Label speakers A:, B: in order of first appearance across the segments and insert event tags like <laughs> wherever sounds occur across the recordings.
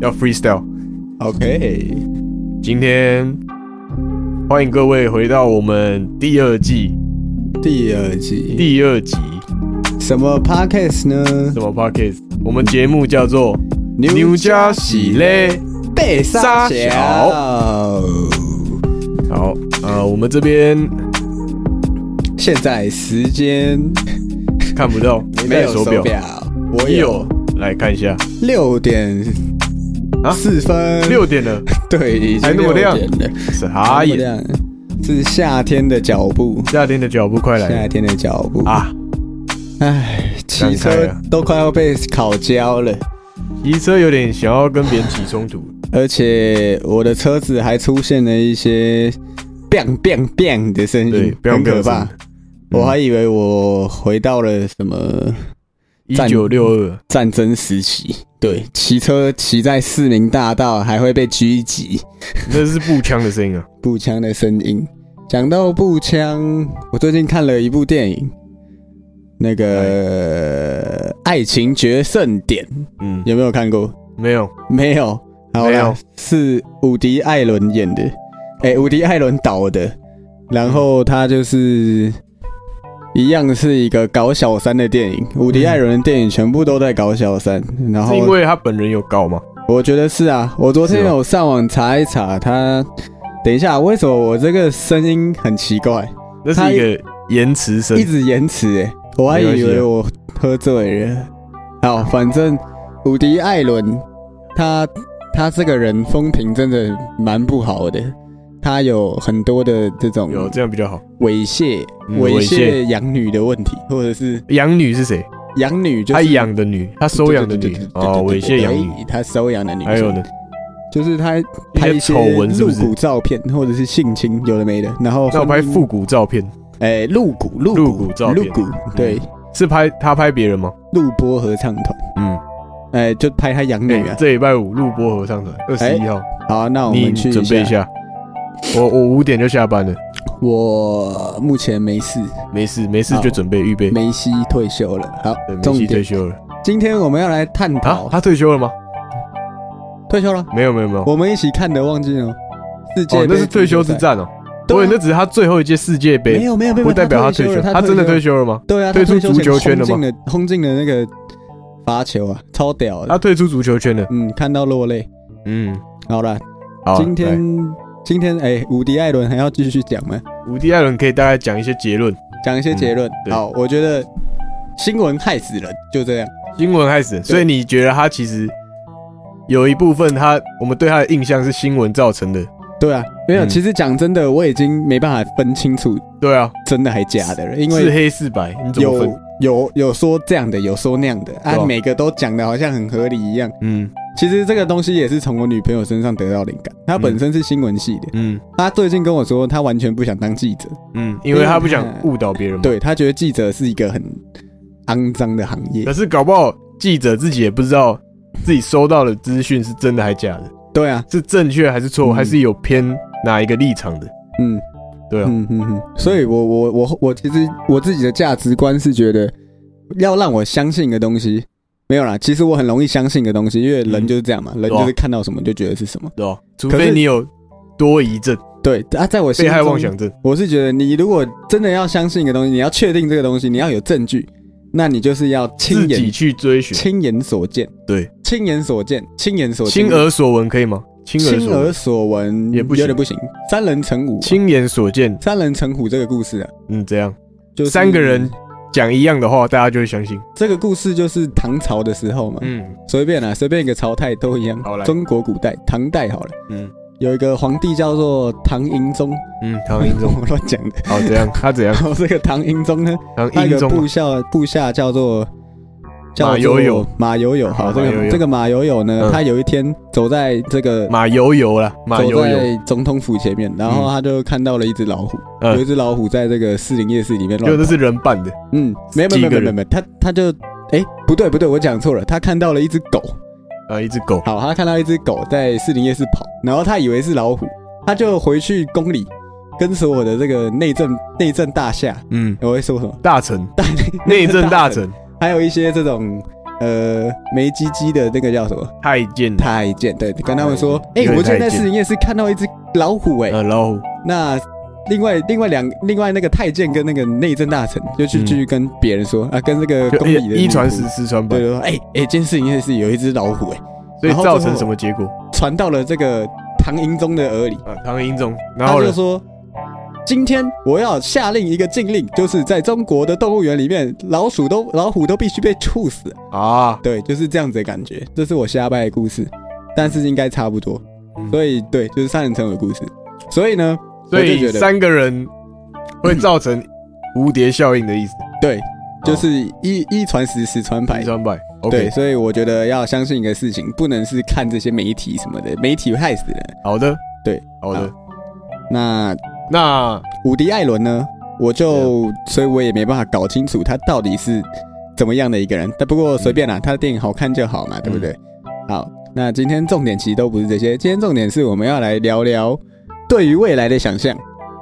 A: 要 freestyle。
B: OK，
A: 今天欢迎各位回到我们第二季
B: 第二集
A: 第二集
B: 什么 Podcast 呢？
A: 什么 podcast，我们节目叫做
B: 牛
A: 加喜嘞。
B: 被
A: 杀
B: 杀
A: 小好，呃，我们这边
B: 现在时间
A: 看不到，
B: 没有
A: 手
B: 手
A: 表，
B: 表，我
A: 你
B: 有
A: 有啊来看一下，
B: 六点
A: 啊
B: 四分，
A: 六点了，
B: 对，已
A: 还
B: 经
A: 那么
B: 六
A: 亮
B: 点了，
A: 傻
B: 这么
A: 眼，
B: 亮是夏天的脚步，
A: 夏天的脚步快来
B: 夏
A: 了
B: 天的脚步，
A: 啊！
B: 唉，
A: 感
B: 骑
A: 慨
B: 车
A: 啊
B: 都快要被烤焦了。
A: 骑车有点想要跟别人起冲突，
B: 而且我的车子还出现了一些 “bang bang bang” 的声
A: 对
B: 音，，嗯
A: 不要
B: 很
A: 跟
B: 可
A: 我
B: 怕
A: 争。。
B: 我还以为我回到了什么
A: 嗯一
B: 战
A: 九六二，
B: 战争时期，对，骑车骑在市民大道还会被狙击，
A: 那是步枪的声音啊。
B: 步枪的声音。讲到步枪，我最近看了一部电影，那个《爱情决胜点》，
A: 嗯，
B: 有没有看过？
A: 没有，
B: 没有，好
A: 没有
B: 啦，是伍迪·艾伦演的，哎、伍迪·艾伦导的，然后他就是一样是一个搞小三的电影，伍迪·艾伦的电影全部都在搞小三，然
A: 嗯是因
B: 后
A: 为他本人有搞吗？
B: 我觉得是啊，我昨天
A: 是吗哦
B: 有上网查一查他。等一下，为什么我这个声音很奇怪，
A: 那是一个延迟声
B: 一，直延迟、欸？我还
A: 没关
B: 以
A: 系啊
B: 为我喝醉了。好，反正伍迪·艾伦，他他这个人风评真的蛮不好的，他有很多的这种
A: 有这样比较好。
B: 猥亵、
A: 嗯
B: 猥
A: 猥亵
B: 亵养女的问题，或者是
A: 养女是谁？
B: 养女就是
A: 他养的女，他收养的
B: 对
A: 女
B: 对对对对
A: 哦，猥
B: 对对
A: 亵
B: 对
A: 养
B: 对
A: 女，
B: 他收养的女，
A: 还有呢，
B: 就是他
A: 一
B: 拍
A: 些
B: 一
A: 丑闻是
B: 露
A: 不是？
B: 骨照片或者是性侵，有的没的，然后
A: 那我拍
B: 婚
A: 复古照片，
B: 哎露骨露
A: 露
B: 骨
A: 骨照片
B: 露骨对
A: 是拍他拍别人吗？
B: 录播合唱团。
A: 嗯，
B: 哎、就拍他养女
A: 对，
B: 啊。
A: 这礼拜五录播合唱团二十一号，
B: 好，那我
A: 你
B: 们去
A: 准备一
B: 一下。
A: 下。我我五点就下班了，
B: 我目前没事，
A: 没事没事
B: 好
A: 就准备预备。
B: 梅西退休了。好
A: 对，梅
B: 重
A: 西退
B: 点，
A: 休了
B: 今天我们要来探
A: 啊
B: 讨、？
A: 他退休了吗？
B: 退休了。
A: 没有没有没有，
B: 我们一起看的，忘记了世界
A: 哦，
B: 杯
A: 那是退休之战哦。
B: 对
A: 对，
B: 啊
A: 那只是他最后一届世界
B: 没
A: 杯，
B: 有没有没有，
A: 不代表
B: 他
A: 退
B: 休
A: 休
B: 了，，
A: 他真的退
B: 休。
A: 休了吗？
B: 对啊，
A: 退
B: 他
A: 出
B: 休
A: 足
B: 前
A: 球圈了
B: 轰进了轰进了那个罚球啊，超屌的。
A: 他退出足球圈了。
B: 嗯，看到落泪。
A: 嗯，
B: 好了，
A: 好啊，
B: 今
A: 来
B: 天今天哎，伍迪艾伦还要继续讲吗？
A: 伍迪艾伦可以大概讲一些结论。
B: 讲一些结论。
A: 嗯对
B: 好，我觉得新闻害死人，就这样。
A: 新闻开始，所以你觉得他其实有一部分他我们对他的印象是新闻造成的，
B: 对啊，没有。
A: 嗯
B: 其实讲真的，我已经没办法分清楚
A: 对啊，
B: 真的还假的了，因
A: 是
B: 为
A: 黑是白，你怎么
B: 有
A: 分？
B: 有有说这样的，有说那样的，
A: 对
B: 啊，
A: 啊
B: 每个都讲的好像很合理一样。
A: 嗯
B: 其实这个东西也是从我女朋友身上得到灵感，她本身是新闻系的，
A: 嗯
B: 她最近跟我说，她完全不想当记者，
A: 嗯，因为他不想误导别人嘛。，
B: 对她觉得记者是一个很肮脏的行业
A: 可。是搞不好记者自己也不知道自己收到的资讯是真的还假的，
B: 对啊，
A: 是正确还是错误，
B: 嗯
A: 还是有偏哪一个立场的？
B: 嗯，
A: 对啊，
B: 嗯嗯嗯，所以我我我我其实我自己的价值观是觉得，要让我相信的东西没有啦。其实我很容易相信的东西，因为人就是这样嘛，
A: 啊
B: 人就是看到什么就觉得是什么。
A: 对吧？除
B: 可
A: 非
B: 是
A: 你有多疑症、
B: 对啊，在我心
A: 被害妄
B: 中，
A: 想症。
B: 我是觉得你如果真的要相信一个东西，你要确定这个东西，你要有证据，那你就是要
A: 自
B: 亲
A: 己
B: 眼
A: 去追寻，
B: 亲眼所见，
A: 对，
B: 亲眼所见，亲眼所见
A: 亲耳所闻可以吗？亲耳
B: 亲
A: 所
B: 耳
A: 闻，
B: 所闻
A: 也不行
B: 有点不行，三人成虎啊，
A: 亲眼所见，
B: 三人成虎这个故事啊，
A: 嗯，这样
B: 就是
A: 三个人讲一样的话，大家就会相信。
B: 这个故事就是唐朝的时候嘛，
A: 嗯
B: 随便啦、随便一个朝代都一样
A: 好。来
B: 中国古代，唐代好了，
A: 嗯
B: 有一个皇帝叫做唐英宗，
A: 嗯，唐英 <laughs> 宗，
B: 我乱讲的。 <laughs>
A: 好，哦这样他怎样
B: 然？后这个唐英宗呢，
A: 唐
B: 他有
A: 英
B: 一个
A: 宗啊
B: 部下部下叫做叫
A: 马
B: 做
A: 友友，啊
B: 马友友。好，
A: 马
B: 这
A: 友友
B: 个这个马友友呢，
A: 嗯
B: 他有一天走在这个
A: 马友友啦，马
B: 走
A: 友友，
B: 在总统府前面，然后
A: 嗯
B: 他就看到了一只老虎，
A: 嗯
B: 有一只老虎在这个士林夜市里面
A: 就
B: 乱
A: 那
B: 跑。
A: 是人扮的，
B: 嗯，没有没有没有没有没有，他他就哎不对不对，我讲错了，他看到了一只狗。
A: 啊，一只狗，
B: 好，他看到一只狗在士林夜市跑，然后他以为是老虎，他就回去宫里，跟随我的这个内政内政大厦，
A: 嗯， <laughs>
B: <laughs> 我会说什么？ <laughs>
A: 大臣，内政大臣，
B: 还有一些这种呃没鸡鸡的那个叫什么
A: 太监了，
B: 太监，对，跟他们说，
A: 嗯
B: 哎、
A: 太监
B: 我最近在市营夜市看到一只老虎、哎、
A: 呃，老虎，
B: 那另外另外两另外那个太监跟那个内政大臣就去
A: 嗯
B: 继续跟别人说、啊，跟这个
A: 就哎
B: 宫里的
A: 一
B: 女仆
A: 传十，，十传百
B: 对，，就说哎哎、今天市营夜市有一只老虎、哎，
A: 所以
B: 然后
A: 造
B: 最
A: 成
B: 后
A: 什么结果？
B: 传到了这个唐英宗的耳里，
A: 啊，唐英宗，然
B: 他
A: 后
B: 就
A: 呢？
B: 说。今天我要下令一个禁令，就是在中国的动物园里面，老鼠都老虎都必须被处死。
A: 啊，
B: 对，就是这样子的感觉。这是我瞎掰的故事，但是应该差不多。
A: 嗯
B: 所以对，就是三人成虎的故事。所以呢，
A: 所
B: 我就
A: 以
B: 觉得
A: 三个人会造
B: <coughs>
A: 成蝴蝶效应的意思，
B: 对，就是一、一传十，十传百
A: 十。传百。
B: 对，
A: 哦啊 OK，
B: 所以我觉得要相信一个事情，不能是看这些媒体什么的，媒体会害死人。
A: 好的，
B: 对，
A: 好的。
B: 那
A: 那
B: 伍迪·艾伦呢？我就，所以我也没办法搞清楚他到底是怎么样的一个人。但不过随便啦，他的电影好看就好嘛，对不对？好，那今天重点其实都不是这些，今天重点是我们要来聊聊对于未来的想象。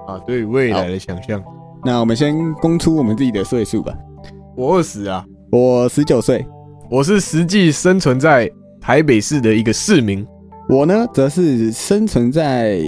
A: 啊，对于未来的想象，
B: 那我们先供出我们自己的岁数吧。
A: 我二十啊，
B: 我十九岁，
A: 我是实际生存在台北市的一个市民，
B: 我呢则是生存在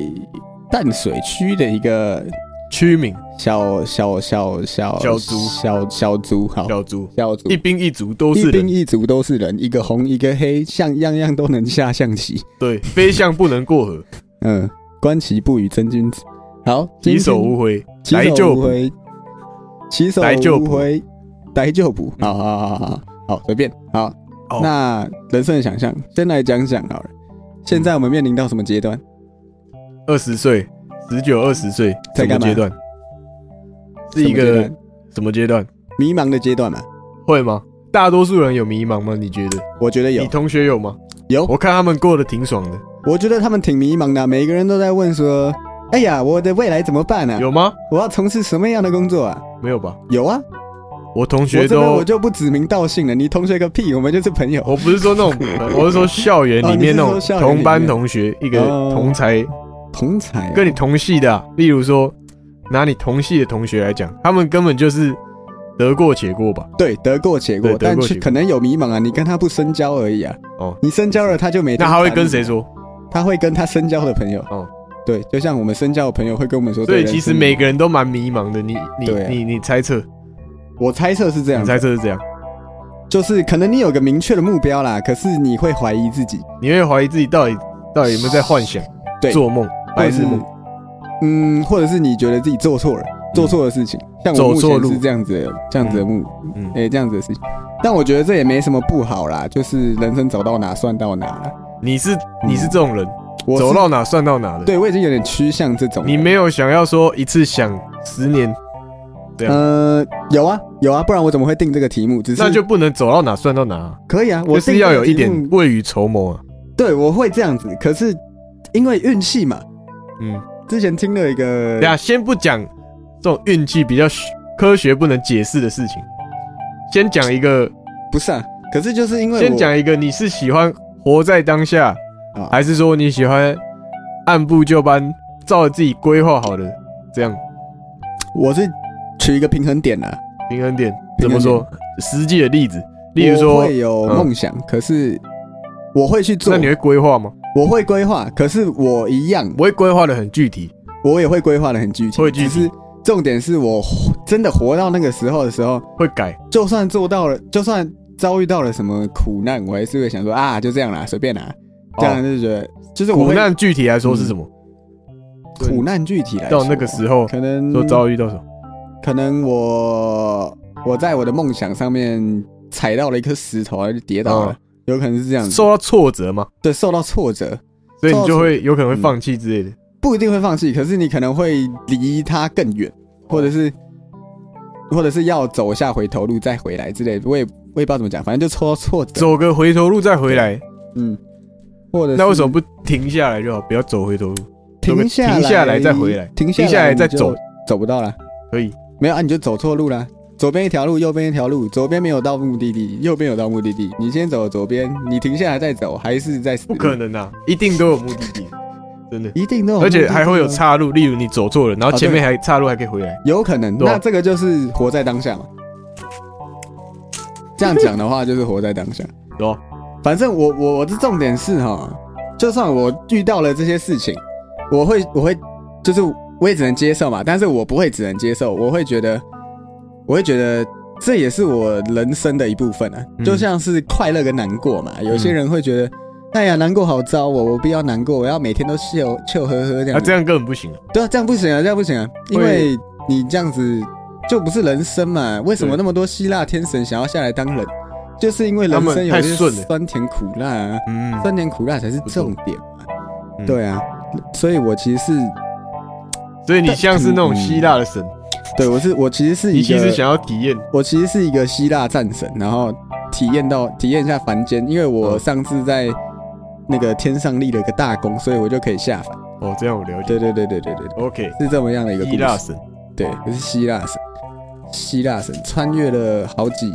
B: 淡水区的一个
A: 居民，
B: 哦小小小小
A: 小族
B: 小小族，好，
A: 小猪，
B: 小族
A: 一兵一卒都
B: 一
A: 是
B: 兵
A: 人，
B: 一卒都是人，一个红一个黑，像样样都能下象棋。
A: 对，非象不能过河，
B: 嗯，观其不语真君子。好， <laughs> 今
A: 己
B: 天
A: 手无回，
B: 起
A: 来
B: 手
A: 就
B: 无
A: 补
B: 回，起手
A: 来就
B: 无
A: 补
B: 回，来就补。好好好好好，好随便。好，
A: 哦
B: 那人生的想象，先来讲讲好了。现在我们面临到什么阶段？
A: 二十岁，十九二十岁，
B: 在
A: 什么
B: 干嘛
A: 阶段？是一
B: 什么阶
A: 个
B: 段
A: 什么阶段？
B: 迷茫的阶段嘛？
A: 会吗？大多数人有迷茫吗？你觉得？
B: 我觉得有
A: 你同学有吗？
B: 有，
A: 我看他们过得挺爽的，
B: 我觉得他们挺迷茫的啊，每个人都在问说：“哎呀，我的未来怎么办啊？
A: 有吗？
B: 我要从事什么样的工作啊
A: 没有吧？？”
B: 有啊，
A: 我同
B: 我
A: 学
B: 这
A: 都，
B: 边我
A: 我
B: 就不指名道姓了，你同学个屁，我们就是朋友。
A: 不是说那种，
B: <laughs>
A: 我是说校园里面那
B: 哦你是说校
A: 种
B: 园里
A: 同
B: 面
A: 班同学，一个
B: 哦
A: 同才
B: 同才、
A: 跟你同系的啊、例如说拿你同系的同学来讲，他们根本就是得过且过吧？
B: 对得过且过，
A: 对得
B: 但
A: 过
B: 却
A: 且过
B: 可能有迷茫啊，你跟他不深交而已啊。
A: 哦
B: 你深交了，他就没。
A: 那他会跟谁？说？
B: 啊他会跟他深交的朋友。
A: 哦，
B: 对，就像我们深交的朋友会跟我们说。
A: 所以
B: 对
A: 其实
B: 人生
A: 每个人都蛮迷茫的。你你
B: 对啊
A: 你你猜测，
B: 我猜测是这样
A: 你，猜测是这样，
B: 就是可能你有个明确的目标啦，可是你会怀疑自己。
A: 你会怀疑自己到底到底有没有在幻想、
B: 对
A: 做梦、白日
B: 或
A: 梦
B: 者是？嗯，或者是你觉得自己做错了，做错的事情。像我
A: 走
B: 目
A: 错
B: 前
A: 路
B: 是这样子的，这样子的目，
A: 嗯
B: 诶、这样子的事情。但我觉得这也没什么不好啦，就是人生走到哪算到哪啦。
A: 你是你是这种人，
B: 我是
A: 走到哪算到哪的。
B: 对我已经有点趋向这种了。
A: 你没有想要说一次想十年，这样
B: 呃，有啊有啊，不然我怎么会定这个题目？只是
A: 那就不能走到哪算到哪啊、
B: 可以啊，
A: 我
B: 我定
A: 是
B: 这
A: 要
B: 个
A: 有一点
B: 题目
A: 未雨绸缪啊。
B: 对，我会这样子。可是因为运气嘛，
A: 嗯，
B: 之前听了一个
A: 对啊，先不讲这种运气比较虚科学不能解释的事情，先讲一个，
B: 不是啊，可是就是因为
A: 先
B: 我
A: 讲一个，你是喜欢活在当下，
B: 啊
A: 还是说你喜欢按部就班，照着自己规划好的这样
B: 我是取一个平衡点啦、
A: 平衡点？怎
B: 平衡点
A: 么说？实际的例子，例如说嗯
B: 我，会有梦想，可是我会去做
A: 那你，会规划吗？
B: 我会规划，可是我一样，
A: 我会规划的很具体，
B: 我也会规划的很具体，
A: 会具体
B: 只是重点是我活真的活到那个时候的时候，
A: 会改。
B: 就算做到了，就算遭遇到了什么苦难，我还是会想说啊，就这样啦，随便啦，这样就觉得、就是我
A: 哦苦
B: 会
A: 难具体来说是什么？
B: 苦难具体来说啊
A: 到那个时候
B: 可能
A: 都遭遇到什么？
B: 可能我我在我的梦想上面踩到了一颗石头，然后就跌倒了，
A: 嗯
B: 有可能是这样子，
A: 受到挫折嘛，
B: 对，受到挫折，嗯
A: 所以你就会有可能会放弃之类的。
B: 不一定会放弃，可是你可能会离它更远，
A: 哦
B: 或者是或者是要走下回头路再回来之类的，我也我也不知道怎么讲，反正就受到挫折，
A: 走个回头路再回来，
B: 嗯，或者是
A: 那为什么不停下来就好？不要走回头路，
B: 停下
A: 停下来再回来
B: 停下
A: 停下来再
B: 你就
A: 走
B: 走不到了，
A: 可以
B: 没有啊，你就走错路了。左边一条路，右边一条路，左边没有到目的地，右边有到目的地。你先走左边，你停下来再走，还是在死
A: 不
B: 路
A: 可能啊，一定都有目的地，真哦的，啊
B: 一定都有，
A: 而且还会有，岔路，例如你走错了，然后前面还哦岔路还可以回来。
B: 有可能。
A: 对啊
B: 那这个就是活在当下嘛。这样讲的话，就是活在当下。
A: 有
B: 反正我我我的重点是哈，就算我遇到了这些事情，我会我会就是我也只能接受嘛，但是我不会只能接受，我会觉得我会觉得这也是我人生的一部分啊，
A: 嗯
B: 就像是快乐跟难过嘛，有些人会觉得。哎呀，难过好糟哦！我不要难过，我要每天都笑笑呵呵
A: 那、
B: 这
A: 啊、
B: 样子。
A: 这样根本不行啊！
B: 对啊，这样不行啊，这样不行啊，因
A: 会
B: 为你这样子就不是人生嘛。为什么
A: 对
B: 那么多希腊天神想要下来当人？就是因为人
A: 他们
B: 生有
A: 太
B: 些
A: 顺了
B: 酸甜苦辣啊。
A: 嗯，
B: 酸甜苦辣才是重点嘛。
A: 嗯
B: 对啊，所以我其实是，
A: 所以你像是那种希腊的神，
B: 对我是我其实是
A: 你
B: 一
A: 其实
B: 个，
A: 想要体验，
B: 我其实是一个希腊战神，然后体验到体验一下凡间，因为我
A: 嗯
B: 上次在那个天上立了个大功，所以我就可以下凡。
A: 哦，这样我了解。
B: 对对对对对对，
A: OK，
B: 是这么样的一个故
A: 希腊
B: 事。
A: 神，
B: 对，我是希腊神，希腊神穿越了好几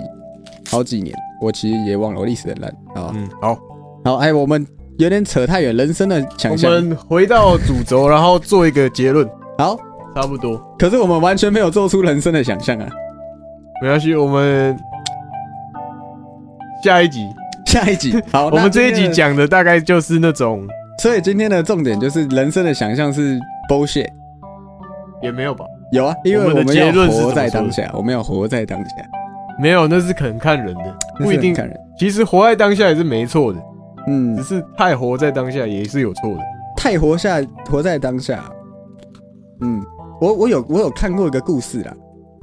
B: 好几年，我其实也忘了，我历史很烂啊。好
A: 嗯，好，
B: 好，哎，我们有点扯太远，人生的想
A: 我
B: 象力。
A: 们回到主轴，然后做一个结论，
B: 好，
A: 差不多，
B: 可是我们完全没有做出人生的想象啊。 <laughs>
A: 没关系，我们下一集，
B: 下一集，好，
A: 我
B: 那
A: 们这一
B: 今天
A: 集
B: 的，
A: 讲的大概就是那种
B: 所以今天的重点就是人生的想象是 bullshit。
A: 也没有吧，
B: 有啊，因为
A: 我们的
B: 我们要
A: 结论是怎么
B: 活在
A: 说的
B: 当下，我们要活在当下，
A: 没有，那是很看人的，
B: 那
A: 不
B: 是
A: 一
B: 很
A: 定。
B: 感人。
A: 其实活在当下也是没错的，只
B: 嗯，
A: 是太活在当下也是有错的。
B: 太活下，活在当下。嗯，我我有我有看过一个故事啦，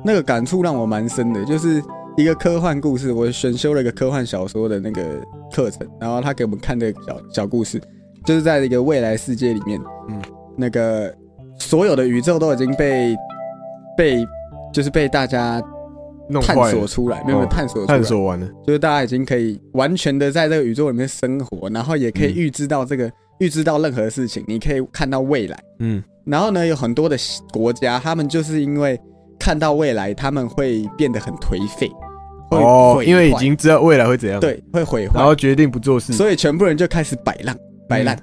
B: 那个感触让我蛮深的，就是一个科幻故事。我选修了一个科幻小说的那个课程，然后他给我们看这个小小故事，就是在一个未来世界里面，嗯
A: 嗯，
B: 那个所有的宇宙都已经被被就是被大家
A: 弄
B: 探
A: 坏
B: 索
A: 了，
B: 出来，没有没
A: 哦
B: 有探索出来
A: 探索完了，
B: 就是大家已经可以完全的在这个宇宙里面生活，然后也可以
A: 嗯
B: 预知到这个、预知到任何事情，你可以看到未来。
A: 嗯
B: 然后呢，有很多的国家，他们就是因为看到未来，他们会变得很颓废，会
A: 哦
B: 毁，
A: 因为已
B: 坏
A: 经知道未来会怎样，，
B: 对会毁
A: 然
B: 坏，
A: 后决定不做事，
B: 所以全部人就开始摆烂，摆烂。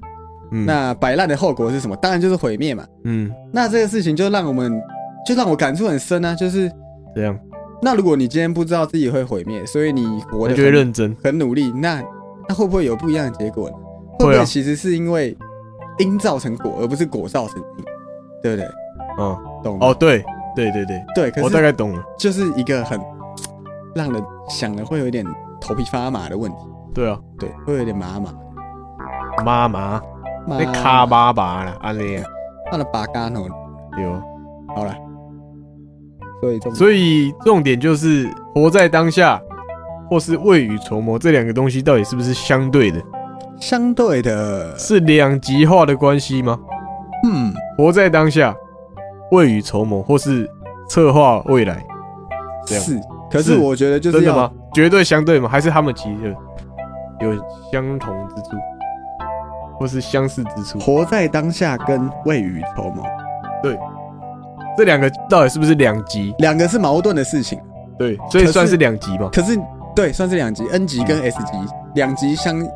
A: 嗯
B: 那摆烂的后果是什么？当然就是毁灭嘛。
A: 嗯
B: 那这个事情就让我们，就让我感触很深啊，就是。
A: 这样，
B: 那如果你今天不知道自己会毁灭，所以你活
A: 我
B: 得
A: 就会
B: 很
A: 认真，
B: 很努力，那那会不会有不一样的结果呢？会不
A: 会
B: 会
A: 啊
B: 其实是因为因造成果，而不是果造成因？对不对？
A: 嗯，
B: 懂吗
A: 哦，对对对对，
B: 对，可
A: 我大
B: 是
A: 概懂了，
B: 就是一个很让人想了会有点头皮发麻的问题，
A: 对啊，
B: 对，会有点麻麻。
A: 妈妈，
B: 麻
A: 那卡，巴巴啦，安尼啊，
B: 他的拔嘎呢？
A: 对哦，
B: 好了，所以这么
A: 所以重点就是活在当下，或是未雨绸缪，这两个东西到底是不是相对的？
B: 相对的，
A: 是两极化的关系吗？
B: 嗯，
A: 活在当下，未雨绸缪，或是策划未来，这样
B: 是。可是
A: 是
B: 我觉得就
A: 真
B: 是
A: 的
B: 要
A: 吗？绝对相对吗？还是他们其实有有相同之处，或是相似之处？
B: 活在当下跟未雨绸缪，
A: 这两个到底是不是两极？
B: 两个是矛盾的事情。
A: 对，所以
B: 可是
A: 算是两极嘛。
B: 可是对，算是两级，N 级跟 S 级两级相，
A: 嗯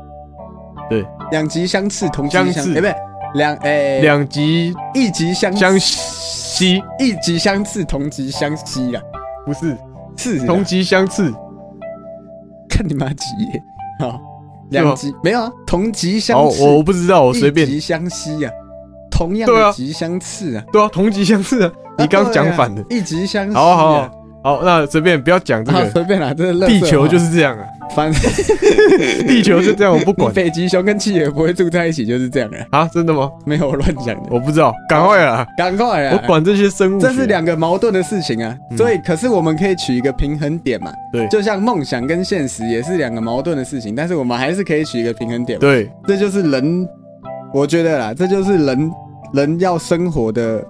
A: 对，
B: 两级相斥，同级相
A: 相斥
B: 哎，不对，两哎
A: 两极
B: 一级相
A: 相吸，
B: 一级相斥，同级相吸啊，
A: 不是
B: 是啊
A: 同级相斥。
B: 看你妈级耶，好，两级没有啊，同级
A: 哦
B: 相，斥，
A: 我我不知道，我随便
B: 一。级相吸啊，同样
A: 对
B: 的
A: 啊
B: 级相斥啊，
A: 对啊，同级相斥啊！你刚
B: 啊
A: 讲反了。
B: 对啊一级相吸啊，啊
A: 好好好，好那随便不要讲这
B: 好
A: 个。
B: 随便啦，这
A: 地球就是是这样啊，
B: 反正
A: 地球就这样，我不
B: <laughs>
A: 管
B: 北极熊跟企鹅不会住在一起，就是这样啊，
A: 啊！真的吗？
B: 没有我乱讲的，
A: 我不知道，赶快啊！
B: 赶快啊，
A: 我管这些生物学。
B: 这是两个矛盾的事情啊，
A: 嗯
B: 所以可是我们可以取一个平衡点嘛，
A: 对
B: 就像梦想跟现实也是两个矛盾的事情，但是我们还是可以取一个平衡点嘛，
A: 对，
B: 这就是人，我觉得啦，这就是人人要生活的，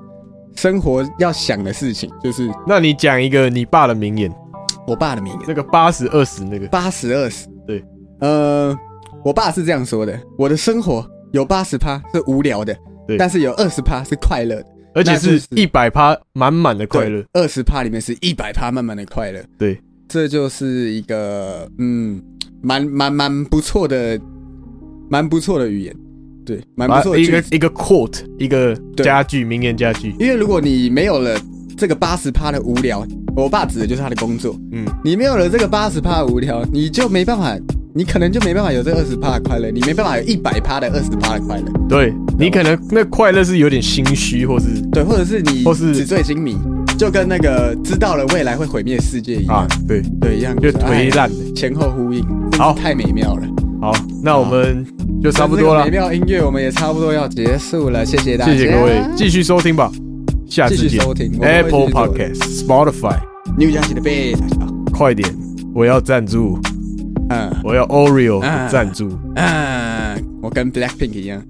B: 生活要想的事情，就是
A: 那你讲一个你爸的名言，
B: 我爸的名言，
A: 那个八十二十那个，
B: 八十二十，
A: 对，
B: 呃，我爸是这样说的，我的生活有八十趴是无聊的，
A: 对
B: 但是有二十趴是快乐的，
A: 而且
B: 那
A: 是
B: 就是
A: 一百趴满满的快乐。
B: 二十趴里面是一百趴慢慢的快乐。
A: 对，
B: 这就是一个嗯，蛮蛮蛮不错的，蛮不错的语言，对，蛮不
A: 把
B: 错的
A: 啊一个
B: 句子
A: 一个 quote，一个
B: 对
A: 佳句，名言佳句。
B: 因为如果你没有了这个八十趴的无聊，我爸指的就是他的工作。
A: 嗯，
B: 你没有了这个八十趴的无聊，你就没办法，你可能就没办法有这二十趴的快乐，你没办法有一百趴的二十趴的快乐，
A: 对你可能那快乐是有点心虚，或是
B: 对，或者是你
A: 或是
B: 纸醉金迷，就跟那个知道了未来会毁灭世界一样，
A: 啊，对，
B: 对，一样，
A: 就
B: 哎
A: 颓烂。
B: 前后呼应，
A: 好
B: 太美妙了，
A: 好，那我们就差不多
B: 但
A: 了
B: 是这个美，妙音乐我们也差不多要结束了，谢谢大家，
A: 谢谢各位，继续收听吧，下
B: 啊继
A: 次
B: 续
A: 见。
B: 收听
A: Apple
B: Podcast
A: Podcast、Spotify，
B: New Jersey 的 b a s
A: 快点，我要赞助，
B: 嗯
A: 我要 Oreo
B: 啊
A: 的赞助。
B: 嗯，我跟 Blackpink 一样，